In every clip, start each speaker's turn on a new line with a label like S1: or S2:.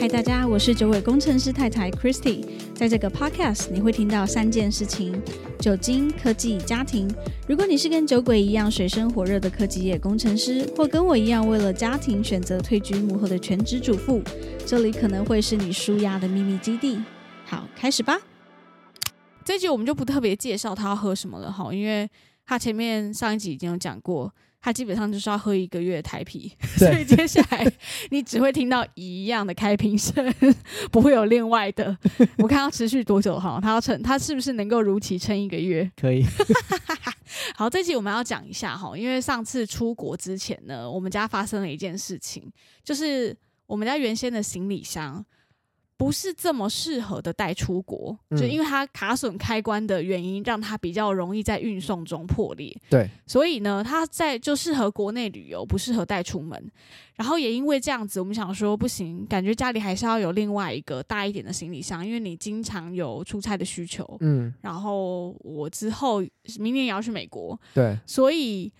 S1: 嗨，大家，我是九尾工程师太太 Christy。在这个 podcast，你会听到三件事情：酒精、科技、家庭。如果你是跟酒鬼一样水深火热的科技业工程师，或跟我一样为了家庭选择退居幕后的全职主妇，这里可能会是你舒压的秘密基地。好，开始吧。
S2: 这一集我们就不特别介绍他要喝什么了哈，因为他前面上一集已经有讲过，他基本上就是要喝一个月的台啤， 所以接下来你只会听到一样的开瓶声， 不会有另外的。我看要持续多久哈，他要撑，他是不是能够如期撑一个月？
S3: 可以，
S2: 好，这集我们要讲一下哈，因为上次出国之前呢，我们家发生了一件事情，就是我们家原先的行李箱不是这么适合的带出国，
S3: 嗯
S2: 就因为它卡榫开关的原因，让它比较容易在运送中破裂，
S3: 对，
S2: 所以呢，它在就适合国内旅游，不适合带出门。然后也因为这样子，我们想说不行，感觉家里还是要有另外一个大一点的行李箱，因为你经常有出差的需求。
S3: 嗯，
S2: 然后我之后明年也要去美国，
S3: 对，
S2: 所以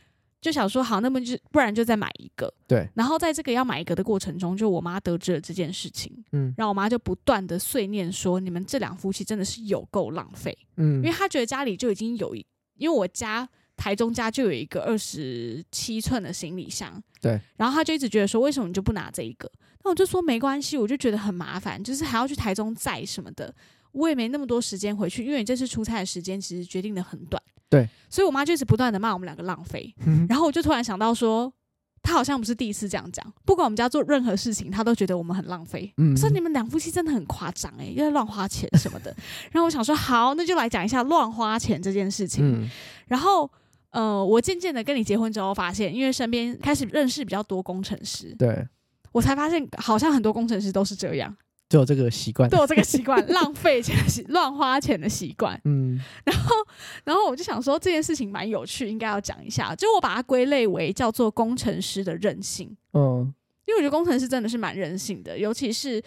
S2: 就想说，好，那么就不然就再买一个。
S3: 对。
S2: 然后在这个要买一个的过程中，就我妈得知了这件事情，
S3: 嗯
S2: 然后我妈就不断的碎念说，你们这两夫妻真的是有够浪费，
S3: 嗯
S2: 因为她觉得家里就已经有一，因为我家。台中家就有一个二十七寸的行李箱，
S3: 对，
S2: 然后她就一直觉得说，为什么你就不拿这一个？那我就说没关系，我就觉得很麻烦，就是还要去台中载什么的，我也没那么多时间回去，因为你这次出差的时间其实决定的很短，
S3: 对，
S2: 所以我妈就一直不断的骂我们两个浪费，
S3: 嗯
S2: 然后我就突然想到说，他好像不是第一次这样讲，不管我们家做任何事情，他都觉得我们很浪费。
S3: 嗯
S2: 说你们两夫妻真的很夸张哎，又在乱花钱什么的。 然后我想说，好，那就来讲一下乱花钱这件事情。
S3: 嗯
S2: 然后，呃，我渐渐的跟你结婚之后，发现因为身边开始认识比较多工程师，
S3: 对，
S2: 我才发现好像很多工程师都是这 样，
S3: 就有这个习惯，
S2: 都有这个习惯， 浪费钱的习、乱花钱的习惯。
S3: 嗯
S2: 然后，然后我就想说这件事情蛮有趣，应该要讲一下。就我把它归类为叫做工程师的任性，
S3: 嗯
S2: 因为我觉得工程师真的是蛮任性的，尤其是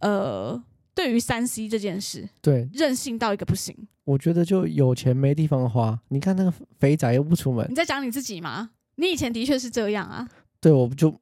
S2: 呃，对于三 C 这件事，
S3: 对，
S2: 任性到一个不行。
S3: 我觉得就有钱没地方花，你看那个肥仔又不出门，
S2: 你在讲你自己吗？你以前的确是这样啊，
S3: 对我就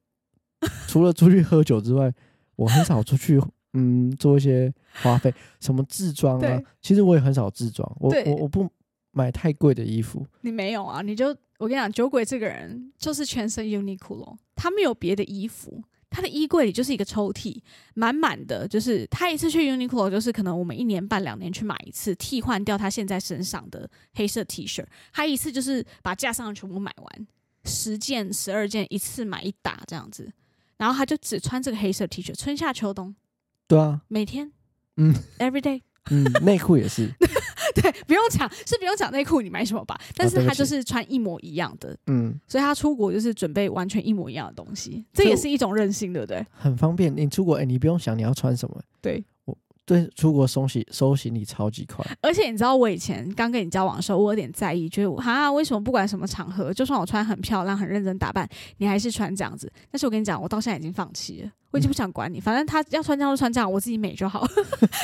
S3: 除了出去喝酒之外，我很少出去。嗯，做一些花费，什么自装啊
S2: 对？
S3: 其实我也很少自装，我
S2: 对
S3: 我我不买太贵的衣服。
S2: 你没有啊，你就我跟你讲，酒鬼这个人就是全身 Uniqlo，他没有别的衣服。他的衣柜里就是一个抽屉，满满的，就是他一次去 Uniqlo，就是可能我们一年半两年去买一次，替换掉他现在身上的黑色 T 恤，他一次就是把架上的全部买完，十件十二件一次买一打这样子，然后他就只穿这个黑色 T 恤，春夏秋冬
S3: 对啊，
S2: 每天，
S3: 嗯
S2: ，every day，
S3: 嗯，内裤 也是，
S2: 对，不用讲，是不用讲内裤你买什么吧，但是
S3: 啊对不
S2: 他
S3: 起
S2: 就是穿一模一样的，
S3: 嗯，
S2: 所以他出国就是准备完全一模一样的东西，这也是一种任性，对不对？
S3: 很方便。你出国，哎、你不用想你要穿什么，
S2: 对。
S3: 对，出国收行收行李超级快。
S2: 而且你知道，我以前刚跟你交往的时候，我有点在意，觉得我哈，为什么不管什么场合，就算我穿很漂亮、很认真打扮，你还是穿这样子？但是我跟你讲，我到现在已经放弃了，我已
S3: 嗯
S2: 经不想管你，反正他要穿这样就穿这样，我自己美 就好。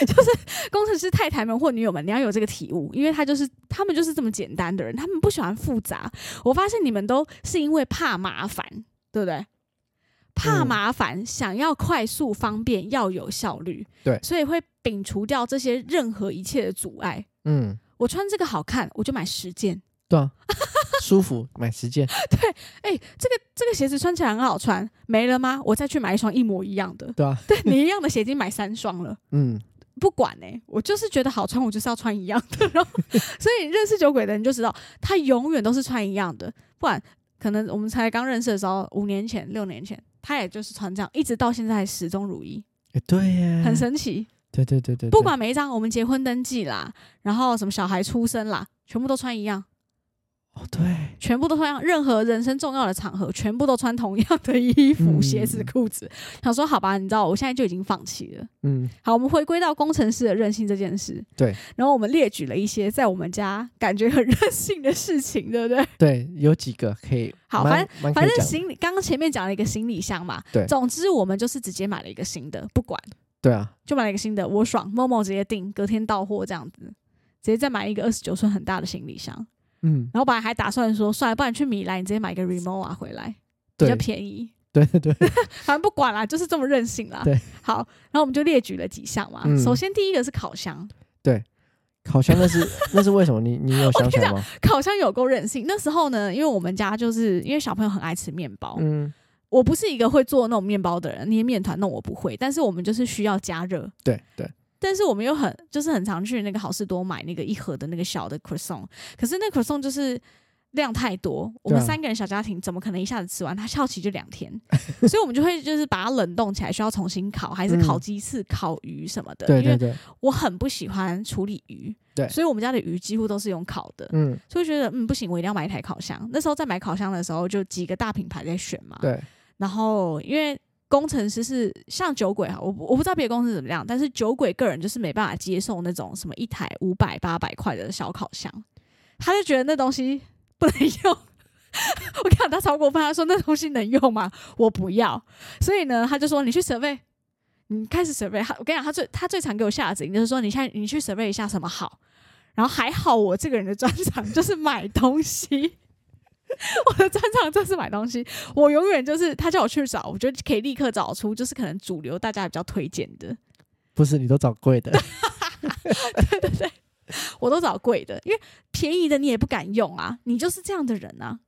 S2: 就是工程师太太们或女友们，你要有这个体悟，因为他就是他们就是这么简单的人，他们不喜欢复杂。我发现你们都是因为怕麻烦，对不对？怕
S3: 嗯
S2: 麻烦，想要快速方便，要有效率，
S3: 对
S2: 所以会摒除掉这些任何一切的阻碍。
S3: 嗯，
S2: 我穿这个好看，我就买十件。
S3: 对啊，舒服， 买十件。
S2: 哎、这个这个鞋子穿起来很好穿，没了吗？我再去买一双一模一样的。
S3: 对啊，
S2: 对你一样的鞋已经买三双了。
S3: 嗯，
S2: 不管呢、我就是觉得好穿，我就是要穿一样的。然后，所以认识酒鬼的人就知道，他永远都是穿一样的。不然，可能我们才刚认识的时候，五年前、六年前，他也就是穿这样，一直到现在始终如一，
S3: 哎、对耶，
S2: 很神奇。
S3: 对对对对，对
S2: 不管每一张我们结婚登记啦，然后什么小孩出生啦，全部都穿一样，
S3: 哦，对，
S2: 全部都穿一样。任何人生重要的场合，全部都穿同样的衣服、
S3: 嗯
S2: 鞋子、裤子。想说好吧，你知道，我现在就已经放弃了。
S3: 嗯，
S2: 好，我们回归到工程师的任性这件事。
S3: 对。
S2: 然后我们列举了一些在我们家感觉很任性的事情，对不对？
S3: 对，有几个可以，
S2: 好
S3: 蛮蛮可
S2: 反
S3: 以
S2: 正
S3: 讲的
S2: 行李，刚刚前面讲了一个行李箱嘛。
S3: 对
S2: 总之，我们就是直接买了一个新的，不管
S3: 对啊，
S2: 就买了一个新的，我爽。某某直接订，隔天到货这样子，直接再买一个二十九寸很大的行李箱。
S3: 嗯，
S2: 然后本来还打算说，算了，不然去米兰，你直接买一个 Remova 回来，比
S3: 对
S2: 较，便宜。
S3: 对对对，
S2: 反正不管啦，就是这么任性啦。
S3: 对，
S2: 好，然后我们就列举了几项嘛。
S3: 嗯
S2: 首先第一个是烤箱，
S3: 烤箱那是 那是为什么？你你有 想起来吗？
S2: 烤箱有够任性。那时候呢，因为我们家就是因为小朋友很爱吃面包，
S3: 嗯，
S2: 我不是一个会做那种面包的人，那些面团弄我不会，但是我们就是需要加热。
S3: 对对，
S2: 但是我们又很就是很常去那个好事多买那个一盒的那个小的 croissant，可是那 croissant 就是量太多，我们
S3: 对啊
S2: 三个人小家庭怎么可能一下子吃完？它效期就两天，所以我们就会就是把它冷冻起来，需要重新烤，还是
S3: 嗯
S2: 烤鸡翅、烤鱼什么的。
S3: 对
S2: 因
S3: 对
S2: 为
S3: 对，
S2: 我很不喜欢处理鱼，
S3: 嗯对
S2: 所以我们家的鱼几乎都是用烤的，
S3: 嗯
S2: 所以我觉得嗯不行，我一定要买一台烤箱。那时候在买烤箱的时候，就几个大品牌在选嘛，
S3: 对，
S2: 然后因为工程师是像酒鬼哈，我不我不知道别的公司怎么样，但是酒鬼个人就是没办法接受那种什么一台五百八百块的小烤箱，他就觉得那东西不能用。 我看他超过分，他说那东西能用吗？我不要。所以呢，他就说你去 survey，你开始 survey。他我跟你讲，他最他最常给我下的指令就是说你现在你去 survey 一下什么好。然后还好我这个人的专长就是买东西， 我的专长就是买东西。我永远就是他叫我去找，我就可以立刻找出，就是可能主流大家比较推荐的，
S3: 不是你都找贵的，
S2: 我都找贵的，因为便宜的你也不敢用啊，你就是这样的人啊。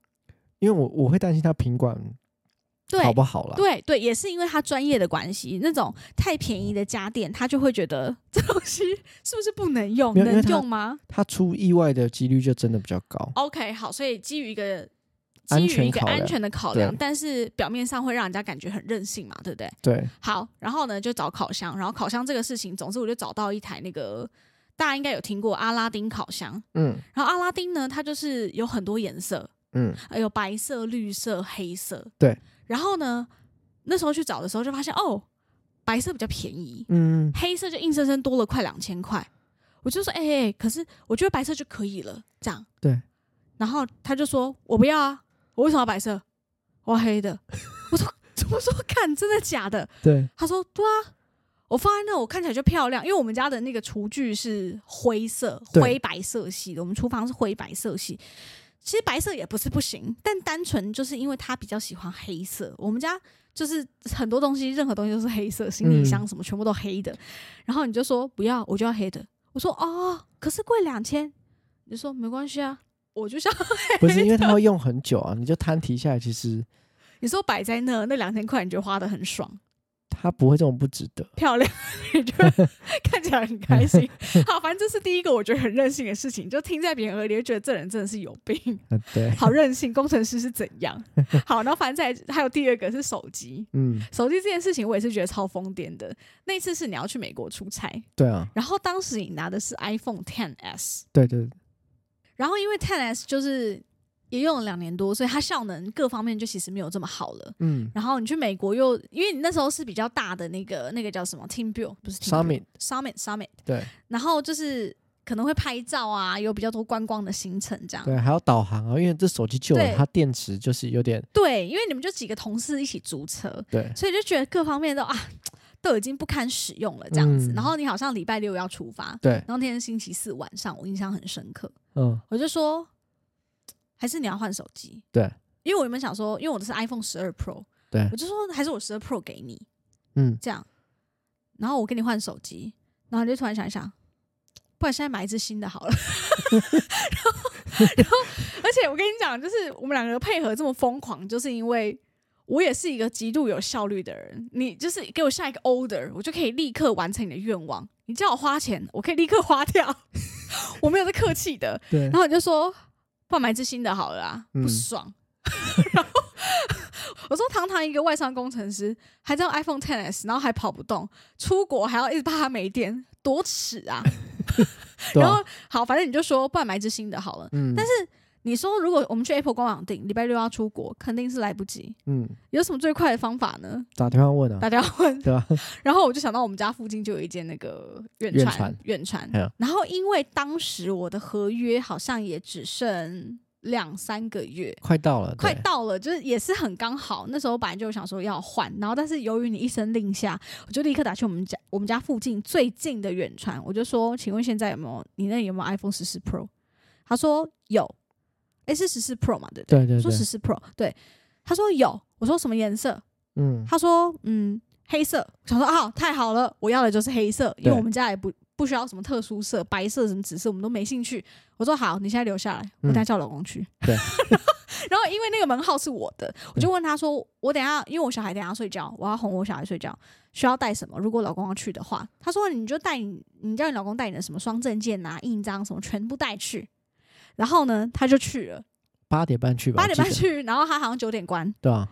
S3: 因为我我会担心它品管
S2: 对
S3: 好不好啦。
S2: 对对，也是因为他专业的关系，那种太便宜的家电，他就会觉得这东西 是不是不能用，
S3: 没有因为
S2: 能
S3: 它
S2: 用吗
S3: 它出意外的几率就真的比较高。
S2: ？OK，好，所以基于一个。基
S3: 安
S2: 于一
S3: 全
S2: 个
S3: 考量
S2: 安全的考量，
S3: 对
S2: 但是表面上会让人家感觉很任性嘛，对不对？
S3: 对，
S2: 好，然后呢就找烤箱，然后烤箱这个事情，总之我就找到一台那个大家应该有听过阿拉丁烤箱，
S3: 嗯
S2: 然后阿拉丁呢，它就是有很多颜色，
S3: 嗯，
S2: 呃有白色、绿色、黑色。
S3: 对。
S2: 然后呢，那时候去找的时候就发现，哦，白色比较便宜，
S3: 嗯，
S2: 黑色就硬生生多了快两千块。我就说，哎、哎哎可是我觉得白色就可以了，这样。
S3: 对。
S2: 然后他就说，我不要啊，我为什么要白色？我要黑的。 我说，我说，看，真的假的？
S3: 对，
S2: 他说：“对啊，我放在那，我看起来就漂亮，因为我们家的那个厨具是灰色、
S3: 对
S2: 灰白色系的，我们厨房是灰白色系。其实白色也不是不行，但单纯就是因为他比较喜欢黑色。我们家就是很多东西，任何东西都是黑色，行李箱什么全部都黑的。然后你就说不要，我就要黑的。我说哦，可是贵两千。你就说没关系啊，我就想
S3: 不是因为它会用很久啊，你就摊提下来，其实
S2: 你说摆在那那两千块，你觉得花的很爽。”
S3: 它不会这么不值得。
S2: 漂亮， 你就会看起来很开心。好，反正这是第一个我觉得很任性的事情，就听在别人耳里，就觉得这人真的是有病，
S3: 嗯，对，
S2: 好任性。工程师是怎样？好，然后反正再来还有第二个是手机，
S3: 嗯，
S2: 手机这件事情我也是觉得超疯癫的。那一次是你要去美国出差，
S3: 对啊，
S2: 然后当时你拿的是 iPhone 10s，
S3: 对对，
S2: 然后因为 10s 就是也用了两年多，所以它效能各方面就其实没有这么好了。
S3: 嗯
S2: 然后你去美国又，因为你那时候是比较大的那个那个叫什么 Team Build，不是 Team Build
S3: ，Summit，
S2: Summit Summit，
S3: 对
S2: 然后就是可能会拍照啊，有比较多观光的行程这样。
S3: 对，还有导航啊，因为这手机旧了
S2: 对，
S3: 它电池就是有点
S2: 对，因为你们就几个同事一起租车，
S3: 对，
S2: 所以就觉得各方面都啊都已经不堪使用了这样子。
S3: 嗯
S2: 然后你好像礼拜六要出发，
S3: 对
S2: 然后那天是星期四晚上，我印象很深刻，
S3: 嗯
S2: 我就说还是你要换手机。
S3: 对，
S2: 因为我原本想说，因为我的是 iPhone 十二 Pro，
S3: 对
S2: 我就说还是我十二 Pro 给你
S3: 嗯，
S2: 这样，然后我给你换手机，然后你就突然想一想。不然现在买一只新的好了， 而且我跟你讲，就是我们两个配合这么疯狂，就是因为我也是一个极度有效率的人。你就是给我下一个 order，我就可以立刻完成你的愿望。你叫我花钱，我可以立刻花掉， 我没有在客气的。
S3: 对
S2: 然，后你就说，不然买一只新的好了啊，
S3: 嗯
S2: 不爽。然后我说，堂堂一个外商工程师，还在用 iPhone Xs，然后还跑不动，出国还要一直怕它没电，多耻啊！
S3: 对
S2: 然
S3: 啊
S2: 后，好，反正你就说，不然买一只新的好了。
S3: 嗯，但是
S2: 你说如果我们去 Apple 官网订，礼拜六要出国，肯定是来不及。
S3: 嗯，
S2: 有什么最快的方法呢？
S3: 打电话问啊，
S2: 大家问。
S3: 对吧？
S2: 然后我就想到我们家附近就有一间那个远
S3: 远
S2: 传
S3: 传，
S2: 远传
S3: 哎呀。
S2: 然后因为当时我的合约好像也只剩两三个月，
S3: 快到了，
S2: 快
S3: 对
S2: 到了，就是也是很刚好。那时候本来就想说要换，然后但是由于你一声令下，我就立刻打去我们家我们家附近最近的远传，我就说：“请问现在有没有你那里有没有 iPhone 十四 Pro？” 他说：“有，诶，是十四 Pro 嘛，对不对？”
S3: 对对
S2: 说
S3: 对
S2: 十四 Pro，对，他说有，我说什么颜色？
S3: 嗯，
S2: 他说嗯黑色，我想说啊太好了，我要的就是黑色，因为
S3: 对
S2: 我们家也不不需要什么特殊色，白色什么紫色我们都没兴趣。我说好，你现在留下来，我等
S3: 嗯
S2: 下叫我老公去。
S3: 对
S2: 然后因为那个门号是我的，我就问他说，我等一下因为我小孩等一下睡觉，我要哄我小孩睡觉，需要带什么？如果老公要去的话，他说你就带你，你叫你老公带你的什么双证件啊、印章什么全部带去。然后呢，他就去了，
S3: 八点半去吧，
S2: 八点半
S3: 我记得，
S2: 去，然后他好像九点关，
S3: 对啊吧？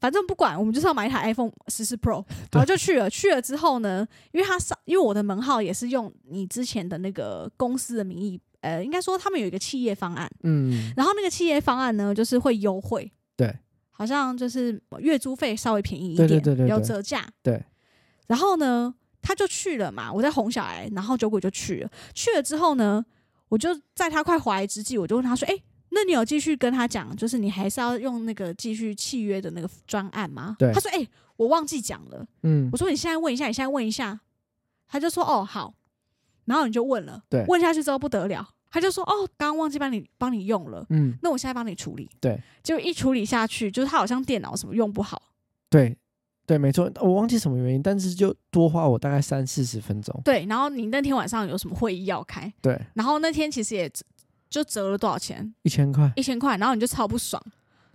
S2: 反正不管，我们就是要买一台 iPhone 十四 Pro，然后就去了。去了之后呢，因为他上，因为我的门号也是用你之前的那个公司的名义，呃，应该说他们有一个企业方案，
S3: 嗯，
S2: 然后那个企业方案呢，就是会优惠，
S3: 对，
S2: 好像就是月租费稍微便宜一
S3: 对
S2: 点，
S3: 对对对对
S2: 有折价，
S3: 对。
S2: 然后呢，他就去了嘛，我在哄小孩，然后酒鬼就去了。去了之后呢，我就在他快怀之际，我就问他说：“哎、那你有继续跟他讲，就是你还是要用那个继续契约的那个专案吗？”
S3: 对
S2: 他说：“哎、我忘记讲了。”
S3: 嗯
S2: 我，说你现在问一下，你现在问一下。他就说哦好，然后你就问了，
S3: 对
S2: 问下去之后不得了，他就说哦刚刚忘记帮你帮你用了，
S3: 嗯，
S2: 那我现在帮你处理。
S3: 对，
S2: 结果一处理下去，就是他好像电脑什么用不好，
S3: 对，对，没错，我忘记什么原因，但是就多花我大概三四十分钟。
S2: 对，然后你那天晚上有什么会议要开，
S3: 对，
S2: 然后那天其实也只就折了多少钱，
S3: 一千块，
S2: 一千块，然后你就超不爽，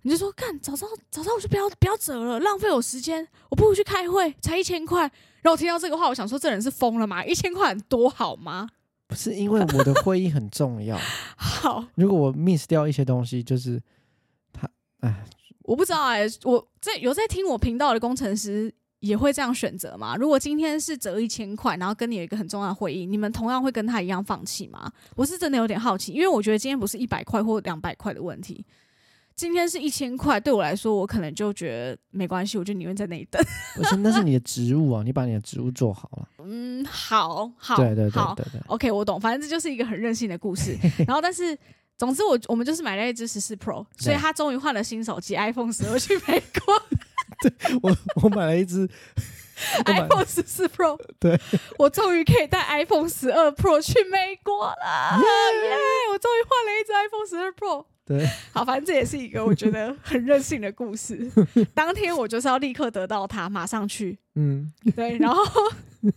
S2: 你就说干早知道早知道我就不要不要折了，浪费我时间，我不如去开会，才一千块。然后我听到这个话，我想说这人是疯了吗？一千块很多好吗？
S3: 不是因为我的会议很重要，
S2: 好，
S3: 如果我 miss 掉一些东西，就是他，哎，
S2: 我不知道哎、我在有在听我频道的工程师也会这样选择吗？如果今天是折一千块，然后跟你有一个很重要的会议，你们同样会跟他一样放弃吗？我是真的有点好奇，因为我觉得今天不是一百块或两百块的问题，今天是一千块，对我来说，我可能就觉得没关系，我就宁愿在那里等。
S3: 不是，那是你的职务啊，你把你的职务做好了。
S2: 嗯，好好，
S3: 对对对
S2: 好
S3: 对对，
S2: OK，我懂，反正这就是一个很任性的故 事。然后，但是总之我我们就是买了一只十四 Pro，所以他终于换了新手机 iPhone 十二去美国。
S3: 我我买了一只，我买
S2: iPhone 十四 Pro，
S3: 对，
S2: 我终于可以带 iPhone 十二 Pro 去美国了，耶！我终于换了一只 iPhone 十二 Pro。
S3: 对，
S2: 好，反正这也是一个我觉得很任性的故 事。当天我就是要立刻得到它，马上去，
S3: 嗯，
S2: 对，然后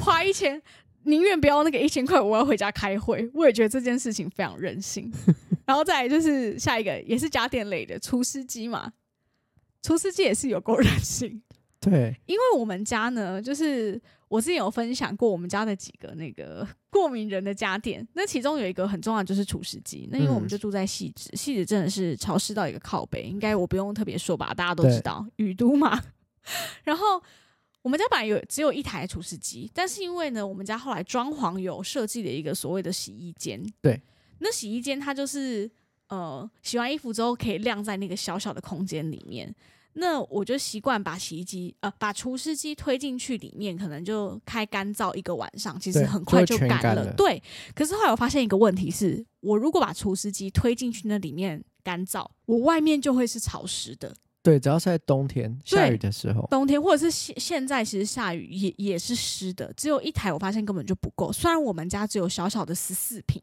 S2: 花一千，宁愿不要那个一千块，我要回家开会。我也觉得这件事情非常任 性。然后再来就是下一个也是家电类的除湿机嘛，除湿机也是有够任性。
S3: 对，
S2: 因为我们家呢，就是我之前有分享过我们家的几个那个 过敏人的家电，那其中有一个很重要的就是除湿机。那因为我们
S3: 嗯
S2: 就住在细致，细致真的是潮湿到一个靠北，应该我不用特别说吧，大家都
S3: 对
S2: 知道雨都嘛。 然后我们家本来有只有一台除湿机，但是因为呢，我们家后来装潢有设计了一个所谓的洗衣间。
S3: 对，
S2: 那洗衣间它就是呃，洗完衣服之后可以晾在那个小小的空间里面。那我就习惯把洗衣机呃，把除湿机推进去里面，可能就开干燥一个晚上，其实
S3: 对
S2: 很
S3: 就
S2: 快
S3: 会
S2: 就
S3: 全
S2: 干
S3: 干
S2: 了。
S3: 了
S2: 对，可是后来我发现一个问题是，我如果把除湿机推进去那里面干燥，我外面就会是潮湿的。
S3: 对，只要是在冬天下
S2: 对
S3: 雨的时候，
S2: 冬天或者是现现在其实下雨也也是湿的，只有一台我发现根本就不够。虽然我们家只有小小的十四平，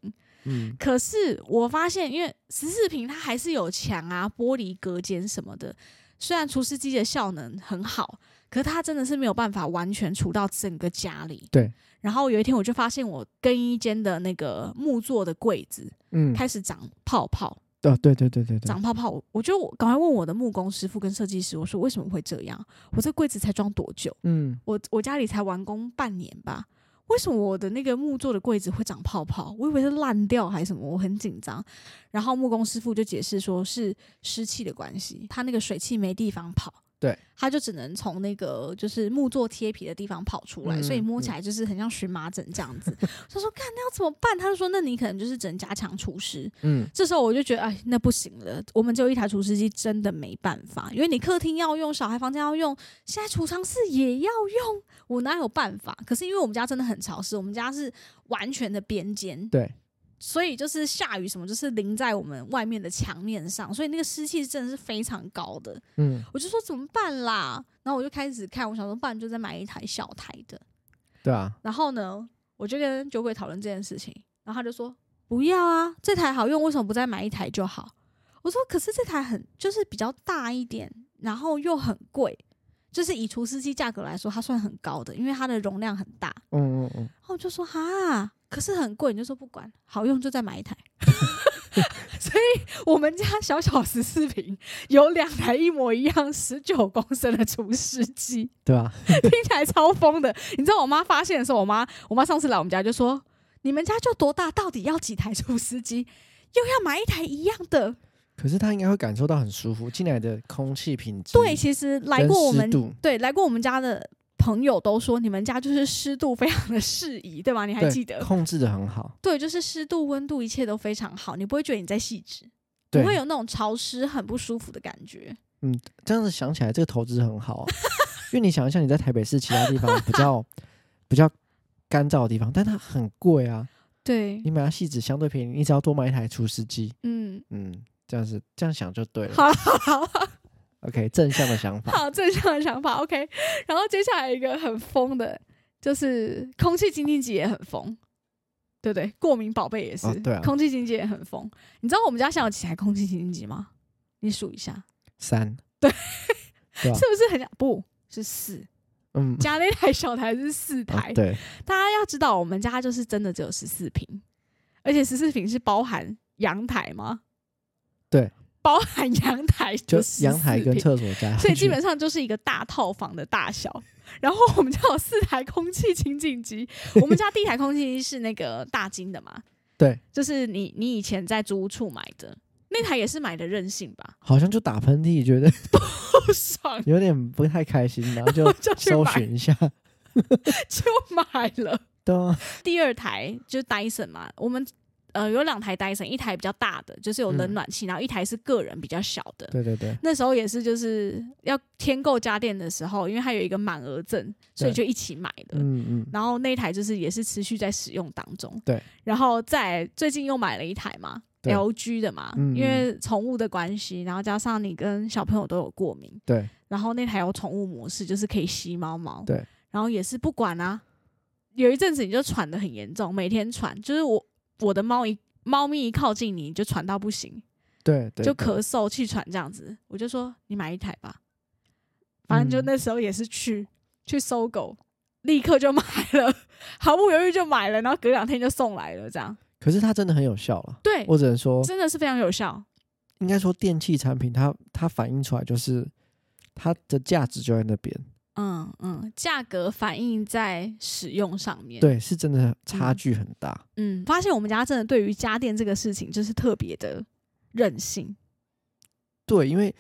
S3: 嗯，
S2: 可是我发现，因为十四平它还是有墙啊、玻璃隔间什么的，虽然除湿机的效能很好，可是它真的是没有办法完全除到整个家里。
S3: 对。
S2: 然后有一天我就发现我更衣间的那个木做的柜子
S3: 嗯，
S2: 开始长泡泡，
S3: 哦，对对对对对，
S2: 长泡泡，我我就赶快问我的木工师傅跟设计师，我说为什么会这样？我这柜子才装多久？
S3: 嗯，
S2: 我我家里才完工半年吧，为什么我的那个木做的柜子会长泡泡？我以为是烂掉还是什么，我很紧张。然后木工师傅就解释说是湿气的关系，他那个水汽没地方跑，
S3: 对，
S2: 他就只能从那个就是木做贴皮的地方跑出来，
S3: 嗯
S2: 所以摸起来就是很像荨麻疹这样子。 他说：“看那要怎么办？”他就说：“那你可能就是只能加强除湿。”
S3: 嗯，
S2: 这时候我就觉得，哎，那不行了，我们只有一台除湿机，真的没办法，因为你客厅要用，小孩房间要用，现在储藏室也要用，我哪有办法？可是因为我们家真的很潮湿，我们家是完全的边间，
S3: 对，
S2: 所以就是下雨什么，就是淋在我们外面的墙面上，所以那个湿气真的是非常高的。
S3: 嗯，
S2: 我就说怎么办啦？然后我就开始看，我想说，不然就再买一台小台的。
S3: 对啊，
S2: 然后呢，我就跟酒鬼讨论这件事情，然后他就说不要啊，这台好用，为什么不再买一台就好？我说可是这台很就是比较大一点，然后又很贵，就是以厨师机价格来说，它算很高的，因为它的容量很大。
S3: 嗯嗯嗯，
S2: 然后我就说哈，可是很贵，你就说不管，好用就再买一台。 所以我们家小小十四平有两台一模一样十九公升的除湿机，
S3: 对啊吧？
S2: 听起来超疯的。你知道我妈发现的时候，我妈我妈上次来我们家就说：“你们家就多大，到底要几台除湿机？又要买一台一样的
S3: 可是他应该会感受到很舒服，进来的空气品？”质
S2: 对，其实来
S3: 跟
S2: 过我
S3: 嗯湿
S2: 们
S3: 度
S2: 对来过我们家的朋友都说，你们家就是湿度非常的适宜，对吧？你还
S3: 对
S2: 记得？
S3: 控制的很好，
S2: 对，就是湿度、温度，一切都非常好，你不会觉得你在细致，不
S3: 对，
S2: 会有那种潮湿、很不舒服的感觉。
S3: 这样子想起来，这个投资很好、啊， 因为你想一下，你在台北市其他地方比较 比较干燥的地方，但它很贵啊，
S2: 对，
S3: 你买它细纸相对便宜，你只要多买一台除湿机，
S2: 嗯，
S3: 嗯，这样子这样想就对了。
S2: 好了，好了，好了。
S3: OK，正向的想 法，
S2: 好，正向的想法，OK。然后接下来一个很疯的，就是空气清净机也很疯，对不对？过敏宝贝也是，
S3: 哦对啊
S2: 空气清净机也很疯。你知道我们家现在有几台空气清净机吗？你数一下，
S3: 三，对啊
S2: 是不是很像？不是四，
S3: 嗯，
S2: 加那台小台是四
S3: 啊
S2: 台。
S3: 对，
S2: 大家要知道，我们家就是真的只有十四平，而且十四平是包含阳台吗？
S3: 对，
S2: 包含阳台
S3: 就
S2: 14
S3: 阳台跟
S2: 平
S3: 厕所 加上去，
S2: 所以基本上就是一个大套房的大小。然后我们家有四台空气清净机，我们家第一台空气清净机是那个大金的嘛，
S3: 对，
S2: 就是你你以前在租屋处买的那台也是买的任性吧，
S3: 好像就打喷嚏，觉得
S2: 不爽
S3: 有点不太开心， 然后就
S2: 就去
S3: 搜
S2: 买
S3: 寻 一下，
S2: 就买了。
S3: 对啊，
S2: 第二台就是 Dyson 嘛，我们呃有两台 Dyson，一台比较大的，就是有冷
S3: 嗯
S2: 暖气，然后一台是个人比较小的。
S3: 对对对，
S2: 那时候也是，就是要添购家电的时候，因为它有一个满额赠，所以就
S3: 对
S2: 一起买的。
S3: 嗯嗯，
S2: 然后那一台就是也是持续在使用当中。
S3: 对，
S2: 然后再最近又买了一台嘛
S3: 对
S2: ，LG 的嘛，
S3: 嗯嗯
S2: 因为宠物的关系，然后加上你跟小朋友都有过敏，
S3: 对，
S2: 然后那台有宠物模式，就是可以吸猫毛。
S3: 对，
S2: 然后也是不管啊，有一阵子你就喘的很严重，每天喘，就是我我的猫一猫咪一靠近你你就喘到不行，
S3: 对对，
S2: 就
S3: 对
S2: 咳嗽气喘这样子，我就说你买一台吧，反正就
S3: 嗯
S2: 那时候也是去、去搜狗，立刻就买了， 毫不犹豫就买了，然后隔两天就送来了，这样
S3: 可是它真的很有效了，
S2: 对，
S3: 我只能说，
S2: 真的是非常有效，
S3: 应该说电器产品它它反映出来就是它的价值就在那边，
S2: 嗯嗯，价格反映在使用上面，，
S3: 对，是真的差
S2: 嗯
S3: 距很大。
S2: 嗯，发现我们家真的对于家电这个事情就是特别的任性，
S3: 对，因为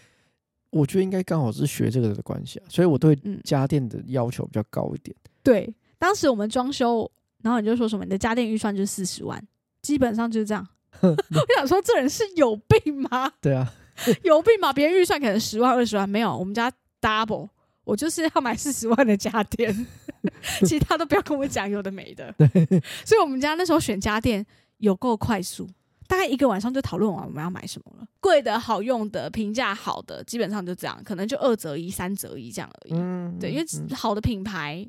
S3: 我觉得应该刚好是学这个的关系啊，所以我对
S2: 嗯
S3: 家电的要求比较高一点。
S2: 对，当时我们装修，然后你就说什么你的家电预算就是四十万，基本上就是这 样。 我想说，这人是有病吗？
S3: 对啊，
S2: 有病吧？别人预算可能十万、二十万，没有，我们家 double，我就是要买四十万的家 电，其他都不要跟我讲有的没的。所以我们家那时候选家电有够快速，大概一个晚上就讨论完我们要买什么了，贵的、好用的、评价好的，基本上就这样，可能就二折一、三折一这样而已。
S3: 嗯，
S2: 对，因为
S3: 嗯
S2: 好的品牌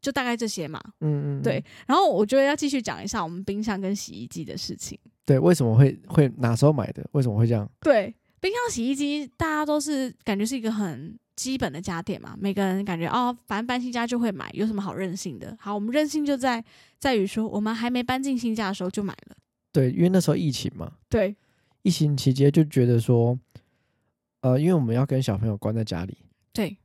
S2: 就大概这些嘛。
S3: 嗯嗯，
S2: 对
S3: 嗯，
S2: 然后我觉得要继续讲一下我们冰箱跟洗衣机的事情。
S3: 对，为什么会会哪时候买的？为什么会这样？
S2: 对，冰箱、洗衣机，大家都是感觉是一个很基本的家电嘛，每个人感觉哦，反正搬新家就会买，有什么好任性的？好，我们任性就在在于说，我们还没搬进新家的时候就买了。
S3: 对，因为那时候疫情嘛，
S2: 对，
S3: 疫情期间就觉得说，呃，因为我们要跟小朋友关在家里，
S2: 对，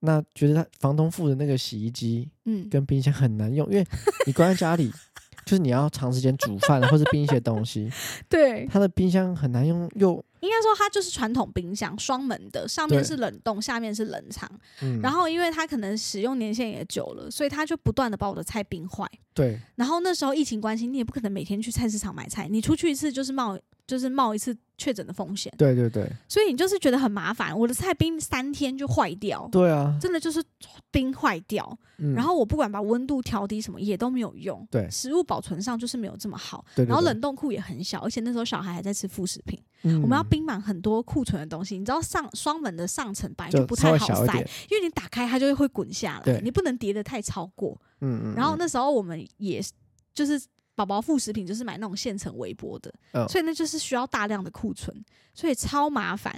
S3: 那觉得他房东付的那个洗衣机
S2: 嗯，
S3: 跟冰箱很难用，因为你关在家里，就是你要长时间煮饭啊或是冰一些东西，
S2: 对，
S3: 它的冰箱很难用，又
S2: 应该说它就是传统冰箱，双门的，上面
S3: 对
S2: 是冷冻，下面是冷藏。
S3: 嗯，
S2: 然后因为它可能使用年限也久了，所以它就不断的把我的菜冰坏。
S3: 对
S2: 然后那时候疫情关系，你也不可能每天去菜市场买菜，你出去一次就是冒就是冒一次确诊的风险，
S3: 对对对
S2: 所以你就是觉得很麻烦。我的菜冰三天就坏掉，
S3: 对啊，
S2: 真的就是冰坏掉。
S3: 嗯
S2: 然后我不管把温度调低什么也都没有用，
S3: 对
S2: 食物保存上就是没有这么好。
S3: 对对
S2: 然后
S3: 对
S2: 冷冻库也很小，而且那时候小孩还在吃副食品，
S3: 嗯
S2: 我们要冰满很多库存的东西。你知道上双门的上层本来就
S3: 就
S2: 不
S3: 稍
S2: 太
S3: 微
S2: 好
S3: 小一
S2: 塞
S3: 点，，
S2: 因为你打开它就会滚下来，
S3: 对
S2: 你不能叠得太超过。
S3: 嗯嗯，
S2: 然后
S3: 嗯
S2: 那时候我们也是就是宝宝副食品，就是买那种现成微波的，
S3: 嗯
S2: 所以那就是需要大量的库存，所以超麻烦。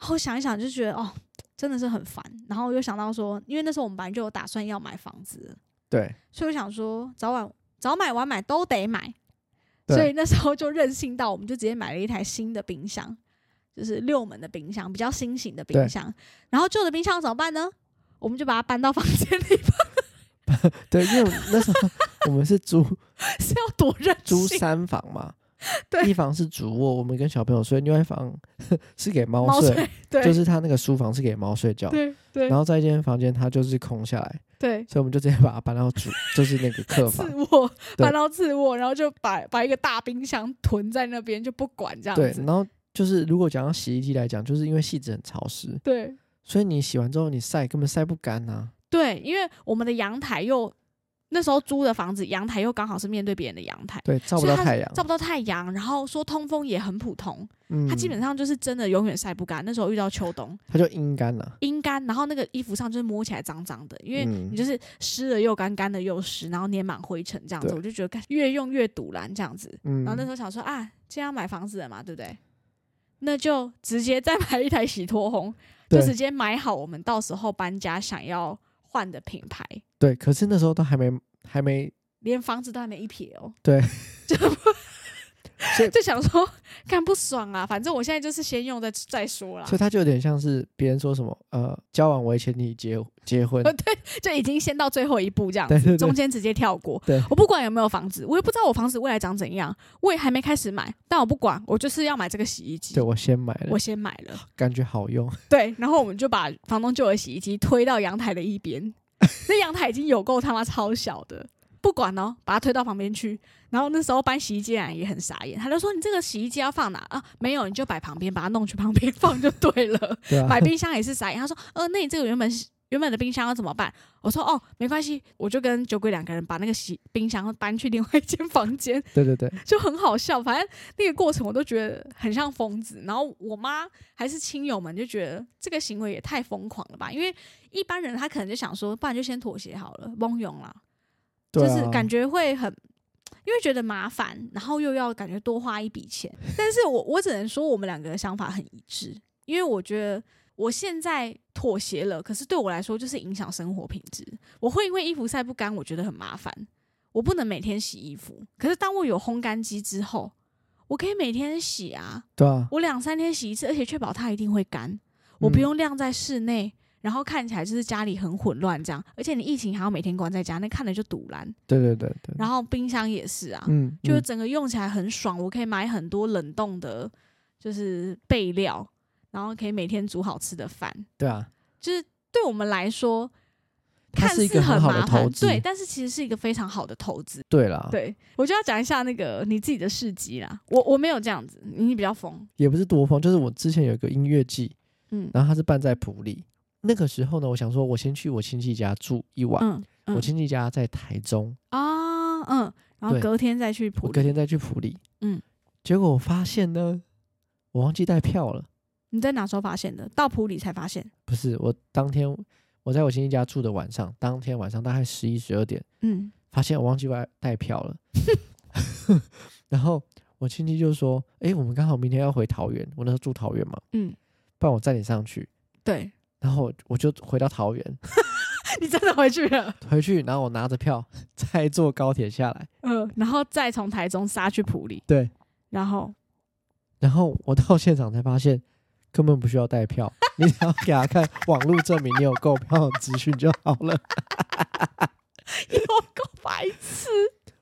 S2: 然后想一想就觉得哦，真的是很烦。然后又想到说，因为那时候我们本来就有打算要买房子，
S3: 对，
S2: 所以我想说早晚早买晚买都得买，
S3: 对
S2: 所以那时候就任性到我们就直接买了一台新的冰箱，就是六门的冰箱，比较新型的冰
S3: 对
S2: 箱。然后旧的冰箱怎么办呢？我们就把它搬到房间里吧，
S3: 对，因为我 那时候我们是租
S2: 是要多任
S3: 租
S2: 性？
S3: 三房嘛，
S2: 对
S3: 一房是主卧，我们跟小朋友睡，另外一房 是给猫
S2: 猫
S3: 睡，
S2: 睡，对，
S3: 就是他那个书房是给猫睡觉，
S2: 对对
S3: 然后在一间房间它就是空下来，
S2: 对，
S3: 所以我们就直接把它搬到主，就是那个客
S2: 次
S3: 房，
S2: 卧
S3: 对
S2: 搬到次卧，然后就把把一个大冰箱囤在那边，就不管这样
S3: 对，
S2: 子。
S3: 然后就是如果讲到洗衣机来讲，就是因为细致很潮湿，
S2: 对
S3: 所以你洗完之后你晒根本晒不干呐、
S2: 对，因为我们的阳台又那时候租的房子，阳台又刚好是面对别人的阳台，
S3: 对，照不
S2: 所以
S3: 到
S2: 它
S3: 太阳，
S2: 照不到太阳，然后说通风也很普通，
S3: 嗯，
S2: 它基本上就是真的永远晒不干。那时候遇到秋冬
S3: 它就阴干了，
S2: 阴干，然后那个衣服上就是摸起来脏脏的，因为
S3: 嗯
S2: 你就是湿了又干，干了又湿，然后粘满灰尘这样子，
S3: 对
S2: 我就觉得干越用越堵然这样子。
S3: 嗯，
S2: 然后那时候想说啊，既然要买房子了嘛，对不对？那就直接再买一台洗脱烘，就
S3: 对
S2: 直接买好我们到时候搬家想要换的品牌，
S3: 对，可是那时候都还没还没，
S2: 连房子都还没一撇哦。
S3: 对，
S2: 就
S3: 所以
S2: 就想说干不爽啊，反正我现在就是先用再再说啦，
S3: 所以，它就有点像是别人说什么呃，交往为前提结结婚
S2: 就已经先到最后一步这样
S3: 对
S2: 子，
S3: 对对
S2: 中间直接跳过。
S3: 对
S2: 我不管有没有房子，我也不知道我房子未来长怎样，我也还没开始买，但我不管，我就是要买这个洗衣机
S3: 对，我先买了
S2: 我，先买了。
S3: 感觉 好用，
S2: 对，然后我们就把房东旧的洗衣机推到阳台的一边，那阳台已经有够他妈超小的，不管哦，把它推到旁边去。然后那时候搬洗衣机来也很傻眼，他就说：“你这个洗衣机要放哪啊？没有，你就摆旁边，把它弄去旁边 放就对了。
S3: 对”啊，
S2: 摆冰箱也是傻眼，他说：“呃，那你这个原本是。”原本的冰箱要怎么办？我说哦，没关系，我就跟酒鬼两个人把那个洗冰箱搬去另外一间房间，
S3: 对 对对，
S2: 就很好笑。反正那个过程我都觉得很像疯子，然后我妈还是亲友们就觉得这个行为也太疯狂了吧？因为一般人他可能就想说，不然就先妥协好了，翁永啦，
S3: 对啊
S2: 就是感觉会很。因为觉得麻烦，然后又要感觉多花一笔钱，但是我我只能说我们两个的想法很一致，因为我觉得我现在妥协了，可是对我来说就是影响生活品质。我会因为衣服晒不干，我觉得很麻烦，我不能每天洗衣服。可是当我有烘干机之后，我可以每天洗啊，
S3: 对啊，
S2: 我两三天洗一次，而且确保它一定会干，我不
S3: 嗯
S2: 用晾在室内，然后看起来就是家里很混乱这样。而且你疫情还要每天关在家，那看着就堵烂。
S3: 对对对对，
S2: 然后冰箱也是啊，
S3: 嗯，
S2: 就是
S3: 嗯
S2: 整个用起来很爽，我可以买很多冷冻的，就是备料，然后可以每天煮好吃的饭，
S3: 对啊，
S2: 就是对我们来说。
S3: 它
S2: 看
S3: 是
S2: 似
S3: 一个很
S2: 很
S3: 好的
S2: 麻
S3: 投
S2: 烦，
S3: 资，哦
S2: 对，但是其实是一个非常好的投资。
S3: 对啦，
S2: 对我就要讲一下那个你自己的事迹啦。我我没有这样子，你比较疯，
S3: 也不是多疯，就是我之前有一个音乐季，
S2: 嗯
S3: 然后它是办在普里，那个时候呢，我想说我先去我亲戚家住一晚，
S2: 嗯
S3: 我
S2: 嗯
S3: 亲戚家在台中，
S2: 啊嗯，然后
S3: 对
S2: 隔天再去
S3: 我
S2: 普
S3: 隔
S2: 利。
S3: 天再去普里，
S2: 嗯，
S3: 结果我发现呢，我忘记带票了，
S2: 你在哪时候发现的？到普里才发现。
S3: 不是，我当天我在我亲戚家住的晚上，当天晚上大概十一十二点，
S2: 嗯，
S3: 发现我忘记带带票了， 然后我亲戚就说，诶，我们刚好明天要回桃园，我那时候住桃园嘛，
S2: 嗯，
S3: 不然我载你上去，
S2: 对，
S3: 然后我我就回到桃园，
S2: 你真的回去了。
S3: 回去，然后我拿着票 再坐高铁下来。
S2: 嗯，然后再从台中杀去普里，
S3: 对，
S2: 然后
S3: 然后我到现场才发现，根本不需要带票， 你只要给他看网络证明你有购票的资讯就好了。
S2: 有够白痴，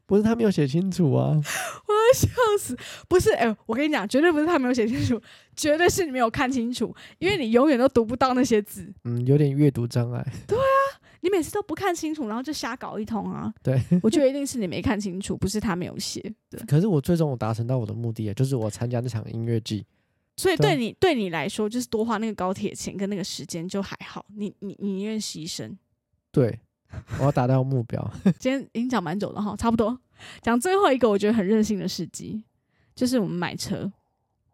S3: 不是他没有写清楚啊，
S2: 我要笑死！不是，哎、我跟你讲，绝对不是他没有写清楚，绝对是你没有看清楚，因为你永远都读不到那些字，
S3: 嗯，有点阅读障碍。
S2: 你每次都不看清楚，然后就瞎搞一通啊。
S3: 对，
S2: 我觉得一定是你没看清楚，不是他没有写的。
S3: 可是我最终我达成到我的目的，就是我参加那场音乐季。
S2: 所以
S3: 对啊
S2: 对你对你来说，就是多花那个高铁钱跟那个时间就还好，你你你宁愿牺牲。
S3: 对，我要达到目标。
S2: 今天已经讲蛮久了哈，差不多讲最后一个我觉得很任性的事迹，就是我们买车，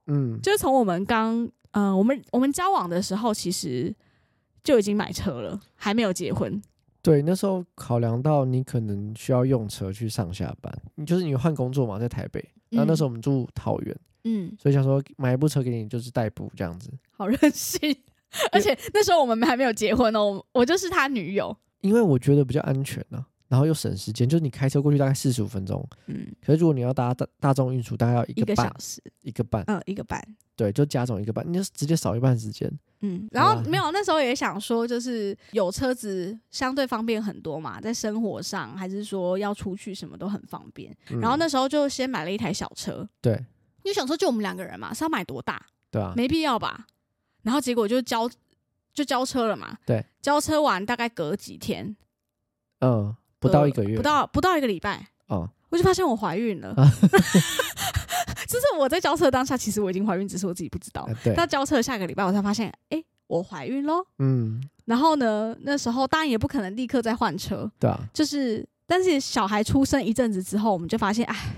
S3: 嗯，
S2: 就是从我们刚嗯、呃我们我们交往的时候，其实就已经买车了，还没有结婚。
S3: 对，那时候考量到你可能需要用车去上下班，你就是你换工作嘛，在台北。那那时候我们住桃园，
S2: 嗯，
S3: 所以想说买一部车给你，就是代步这样子。
S2: 好任性， 而且那时候我们还没有结婚哦，我我就是他女友。
S3: 因为我觉得比较安全呢、然后又省时间，就是你开车过去大概四十五分钟，
S2: 嗯，
S3: 可是如果你要搭大大众运输，大概要一
S2: 一
S3: 个
S2: 个
S3: 半
S2: 小时，
S3: 一个半，
S2: 嗯，一个半，
S3: 对，就加总一个半，你就直接少一半时间。
S2: 嗯。然后
S3: 哇
S2: 没有，那时候也想说，就是有车子相对方便很多嘛，在生活上还是说要出去什么都很方便。
S3: 嗯
S2: 然后那时候就先买了一台小车，
S3: 对
S2: 因为想说就我们两个人嘛，是要买多大？
S3: 对啊，
S2: 没必要吧？然后结果就交就交车了嘛，
S3: 对，
S2: 交车完大概隔几天，
S3: 嗯，不到
S2: 隔
S3: 一个月，
S2: 呃
S3: 啊
S2: 不到不到一个礼拜，
S3: 哦，
S2: 我就发现我怀孕了。 就是我在交车当下，其实我已经怀孕，只是我自己不知道
S3: 呃。对，
S2: 到交车下个礼拜，我才发现，哎、我怀孕喽。
S3: 嗯，
S2: 然后呢，那时候当然也不可能立刻再换车，
S3: 对啊，
S2: 就是但是小孩出生一阵子之后，我们就发现，哎，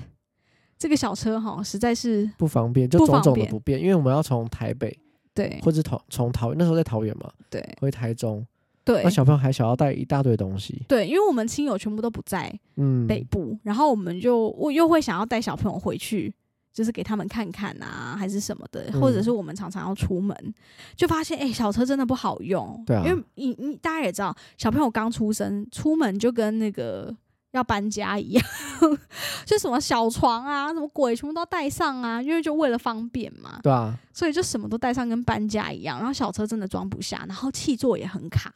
S2: 这个小车哈，实在是
S3: 不方便，就
S2: 不
S3: 种
S2: 方
S3: 种的
S2: 便
S3: 不便，因为我们要从台北
S2: 对
S3: 或者桃从桃园，那时候在桃园嘛，
S2: 对
S3: 回台中，
S2: 对
S3: 那小朋友还小，要带一大堆东西，
S2: 对，因为我们亲友全部都不在，
S3: 嗯，
S2: 北部，然后我们就我又会想要带小朋友回去，就是给他们看看啊，还是什么的，
S3: 嗯
S2: 或者是我们常常要出门，就发现哎、小车真的不好用，
S3: 对啊
S2: 因为你你大家也知道，小朋友刚出生，出门就跟那个。要搬家一样， 就什么小床啊，什么鬼，全部都带上啊，因为就为了方便嘛，
S3: 对啊，
S2: 所以就什么都带上，跟搬家一样。然后小车真的装不下，然后气座也很卡，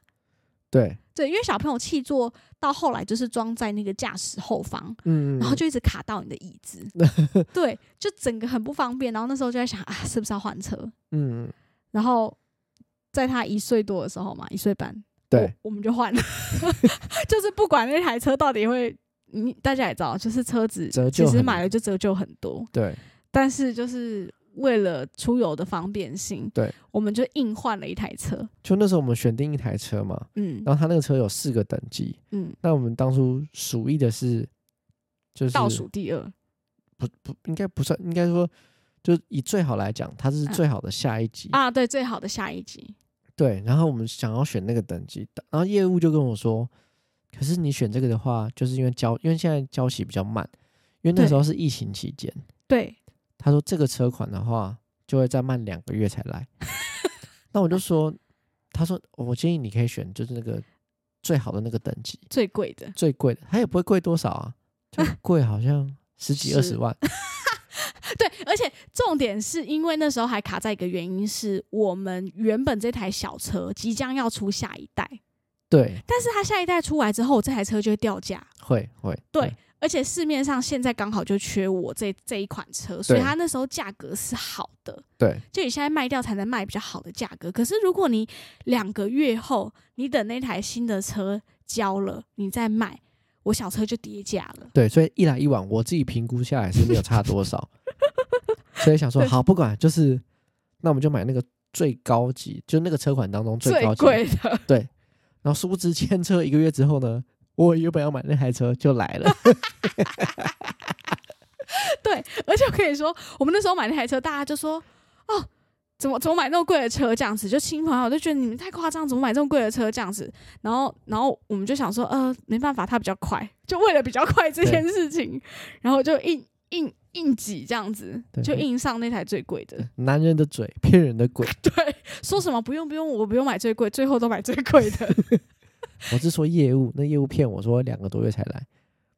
S3: 对，
S2: 对，因为小朋友气座到后来就是装在那个驾驶后方，
S3: 嗯，
S2: 然后就一直卡到你的椅 子，对，就整个很不方便。然后那时候就在想啊，是不是要换车？
S3: 嗯，
S2: 然后在他一岁多的时候嘛，一岁半，
S3: 对，
S2: 我，我们就换 了，就是不管那台车到底会，你大家也知道，就是车子
S3: 折旧
S2: 其实
S3: 很
S2: 买了就折旧很多，
S3: 对，
S2: 但是就是为了出游的方便性，
S3: 对，
S2: 我们就硬换了一台车，
S3: 就那时候我们选定一台车嘛，
S2: 嗯
S3: 然后他那个车有四个等级，
S2: 嗯，
S3: 那我们当初鼠疫的是就是
S2: 倒数第二，
S3: 不不应该不算，应该说就是以最好来讲，它是
S2: 嗯
S3: 最好的下一级、
S2: 啊，对，最好的下一集，
S3: 对，然后我们想要选那个等级，然后业务就跟我说，可是你选这个的话，就是因为交，因为现在交期比较慢，因为那
S2: 对
S3: 时候是疫情期间，
S2: 对，
S3: 他说这个车款的话就会再慢两个月才 来。那我就说，他说我建议你可以选就是那个最好的那个等级，
S2: 最贵的，
S3: 最贵的，它也不会贵多少啊， 就贵好像十几二
S2: 是
S3: 十万，
S2: 对，而且重点是因为那时候还卡在一个原因，是我们原本这台小车即将要出下一代，
S3: 对，
S2: 但是它下一代出来之后，这台车就会掉价，
S3: 会会，
S2: 对，而且市面上现在刚好就缺我这这一款车，所以
S3: 对
S2: 它那时候价格是好的，
S3: 对
S2: 就你现在卖掉才能卖比较好的价格。可是如果你两个月后，你等那台新的车交了，你再卖，我小车就跌价了。
S3: 对，所以一来一往，我自己评估下来是没有差多 少，所以想说
S2: 对
S3: 好，不管就是，那我们就买那个最高级，就那个车款当中最高级。
S2: 贵的，
S3: 然后殊不知签车一个月之后呢，我原本要买那台车就来 了，
S2: 而且我跟你说，我们那时候买那台车，大家就说：“哦，怎么怎么买那么贵的车？”这样子，就亲朋好友就觉得你们太夸张，怎么买这么贵的车？这样子，然后然后我们就想说，呃，没办法，它比较快，就为了比较快这件事情， 然后就硬硬硬挤这样子，
S3: 对
S2: 就硬上那台最贵的。
S3: 男人的嘴骗人的鬼，
S2: 对，说什么不用不用，我不用买最贵，最后都买最贵 的。
S3: 我是说业务，那业务骗我说两个多月才来，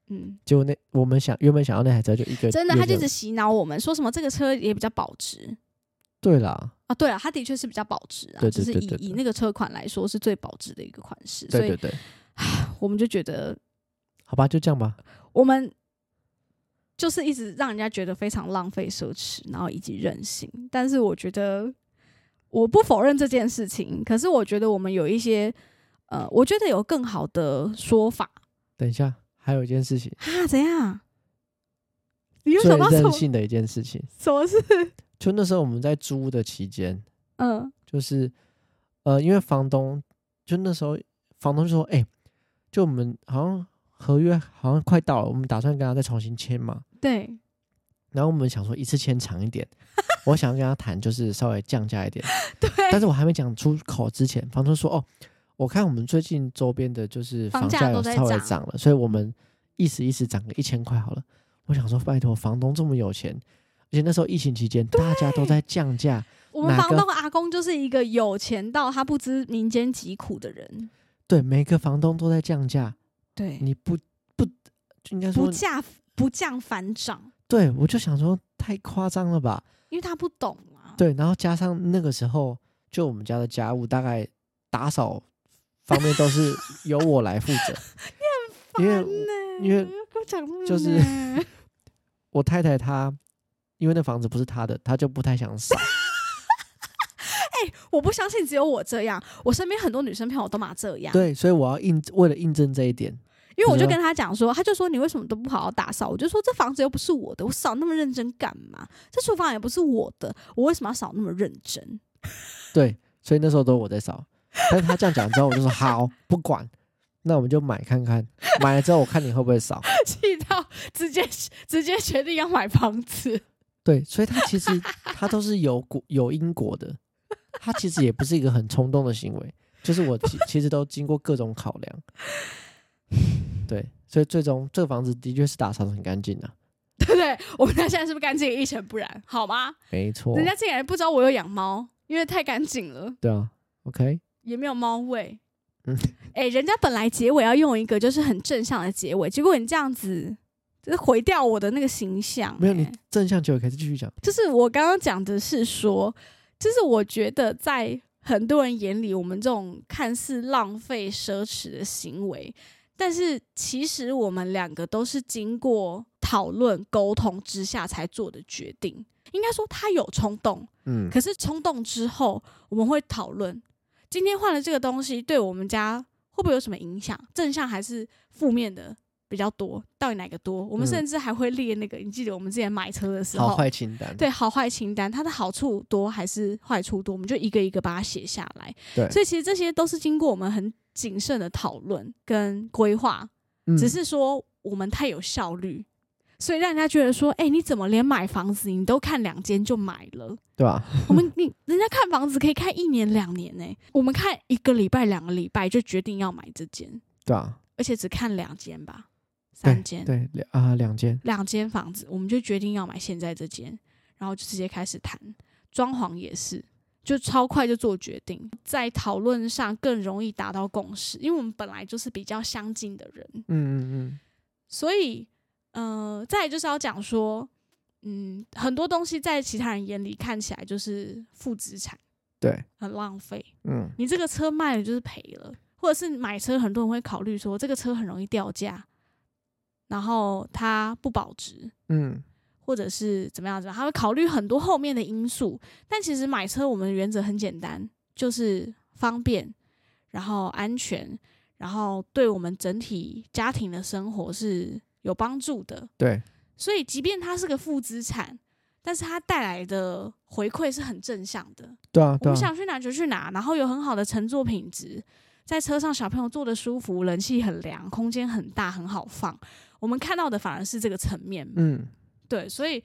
S2: 嗯，
S3: 结果那我们想原本想要那台车就一个
S2: 真的，
S3: 月
S2: 他就一
S3: 就
S2: 直洗脑我们，说什么这个车也比较保值。
S3: 对啦，
S2: 啊，对了，它的确是比较保值啊，
S3: 对
S2: 就
S3: 对
S2: 是
S3: 对
S2: 以
S3: 对对
S2: 以那个车款来说是最保值的一个款式，所
S3: 对
S2: 以
S3: 对对，
S2: 我们就觉得
S3: 好吧，就这样吧，
S2: 我们就是一直让人家觉得非常浪费、奢侈，然后以及任性。但是我觉得我不否认这件事情，可是我觉得我们有一些呃，我觉得有更好的说法
S3: 等一下，还有一件事情，
S2: 啊，怎样？你又
S3: 最
S2: 想到什
S3: 任
S2: 么
S3: 性的一件事情，
S2: 什么事？
S3: 就那时候我们在租的期间，
S2: 嗯，
S3: 就是呃，因为房东就那时候房东就说，哎、就我们好像合约好像快到了，我们打算跟他再重新签嘛。
S2: 对，
S3: 然后我们想说一次签长一点，我想要跟他谈，就是稍微降价一点。
S2: 对，
S3: 但是我还没讲出口之前，房东说，哦，我看我们最近周边的就是
S2: 房
S3: 房
S2: 价
S3: 价
S2: 都
S3: 有
S2: 在
S3: 稍微
S2: 涨
S3: 涨了，所以我们意思意思涨个一千块好了。我想说，拜托，房东这么有钱。且那时候疫情期间，大家都在降价，
S2: 我们
S3: 哪
S2: 房
S3: 个
S2: 东阿公就是一个有钱到他不知民间疾苦的人，
S3: 对，每个房东都在降价，
S2: 对，
S3: 你不不就应该
S2: 不
S3: 说，
S2: 降不降反涨，
S3: 对我就想说太夸张了吧？
S2: 因为他不懂啊。
S3: 对，然后加上那个时候，就我们家的家务大概打扫方面都是由我来负 责，因为
S2: 烦呢
S3: 因为
S2: 不要跟我讲这个
S3: 就是
S2: 呢
S3: 我太太她因为那房子不是她的，她就不太想扫。
S2: 我不相信只有我这样，我身边很多女生朋友都嘛这样。
S3: 对，啊所以我要印为了印证这一点，
S2: 因为我
S3: 你
S2: 就
S3: 说
S2: 跟他讲说，他就说你为什么都不好好打扫？我就说这房子又不是我的，我扫那么认真干嘛？这厨房也不是我的，我为什么要扫那么认真？
S3: 对，所以那时候都我在扫。但是她这样讲之后，我就说好，不管，那我们就买看看。买了之后，我看你会不会扫。
S2: 气到直接直接决定要买房子，
S3: 对，所以他其实他都是有果有因果的，他其实也不是一个很冲动的行为，就是我其其实都经过各种考量，对，所以最终这个房子的确是打扫的很干净的、啊
S2: 对不对？我们家现在是不是干净一尘不染？好吗？
S3: 没错
S2: 人，家竟然不知道我有养猫，因为太干净了，
S3: 对啊，OK，
S2: 也没有猫味。嗯
S3: 嗯，
S2: 哎、人家本来结尾要用一个就是很正向的结尾，结果你这样子，就是毁掉我的那个形象、
S3: 没有你
S2: 哎
S3: 正向结尾可以继续讲，
S2: 就是我刚刚讲的是说，就是我觉得在很多人眼里，我们这种看似浪费奢侈的行为，但是其实我们两个都是经过讨论沟通之下才做的决定。应该说他有冲动，
S3: 嗯，
S2: 可是冲动之后我们会讨论，今天换了这个东西对我们家会不会有什么影响，正向还是负面的比较多，到底哪个多？我们
S3: 嗯
S2: 甚至还会列那个，你记得我们之前买车的时候
S3: 好，坏清单，
S2: 对好坏清单，它的好处多还是坏处多，我们就一个一个把它写下来。
S3: 对
S2: 所以其实这些都是经过我们很谨慎的讨论跟规划，
S3: 嗯
S2: 只是说我们太有效率，所以让人家觉得说，哎、你怎么连买房子你都看两间就买了？
S3: 对吧、
S2: 我们你人家看房子可以看一年两年呢、我们看一个礼拜两个礼拜就决定要买这间，
S3: 对啊，
S2: 而且只看两间吧，
S3: 对
S2: 三间，
S3: 对两啊、两间，
S2: 两间房子，我们就决定要买现在这间，然后就直接开始谈，装潢也是，就超快就做决定，在讨论上更容易达到共识，因为我们本来就是比较相近的人，
S3: 嗯嗯
S2: 所以，呃，再来就是要讲说，嗯，很多东西在其他人眼里看起来就是负资产，
S3: 对，
S2: 很浪费，
S3: 嗯
S2: 你这个车卖了就是赔了，或者是买车，很多人会考虑说这个车很容易掉价，然后它不保值，
S3: 嗯
S2: 或者是怎么样怎么样，他会考虑很多后面的因素。但其实买车我们的原则很简单，就是方便，然后安全，然后对我们整体家庭的生活是有帮助的。
S3: 对，
S2: 所以即便它是个负资产，但是它带来的回馈是很正向的。
S3: 对啊
S2: 我
S3: 对
S2: 们
S3: 啊，
S2: 想去哪就去哪，然后有很好的乘坐品质，在车上小朋友坐的舒服，冷气很凉，空间很大，很好放。我们看到的反而是这个层面嘛，
S3: 嗯
S2: 对，所以，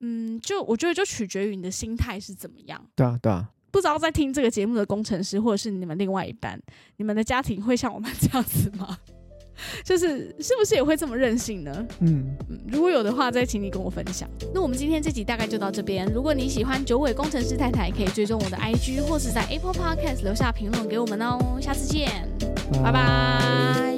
S2: 嗯，就我觉得就取决于你的心态是怎么样。
S3: 对啊对啊，
S2: 不知道在听这个节目的工程师，或者是你们另外一半，你们的家庭会像我们这样子吗？ 就是是不是也会这么任性呢？
S3: 嗯，
S2: 嗯，如果有的话，再请你跟我分享。那我们今天这集大概就到这边。如果你喜欢九尾工程师太太，可以追踪我的 IG 或是在 Apple Podcast 留下评论给我们哦。下次见，拜拜。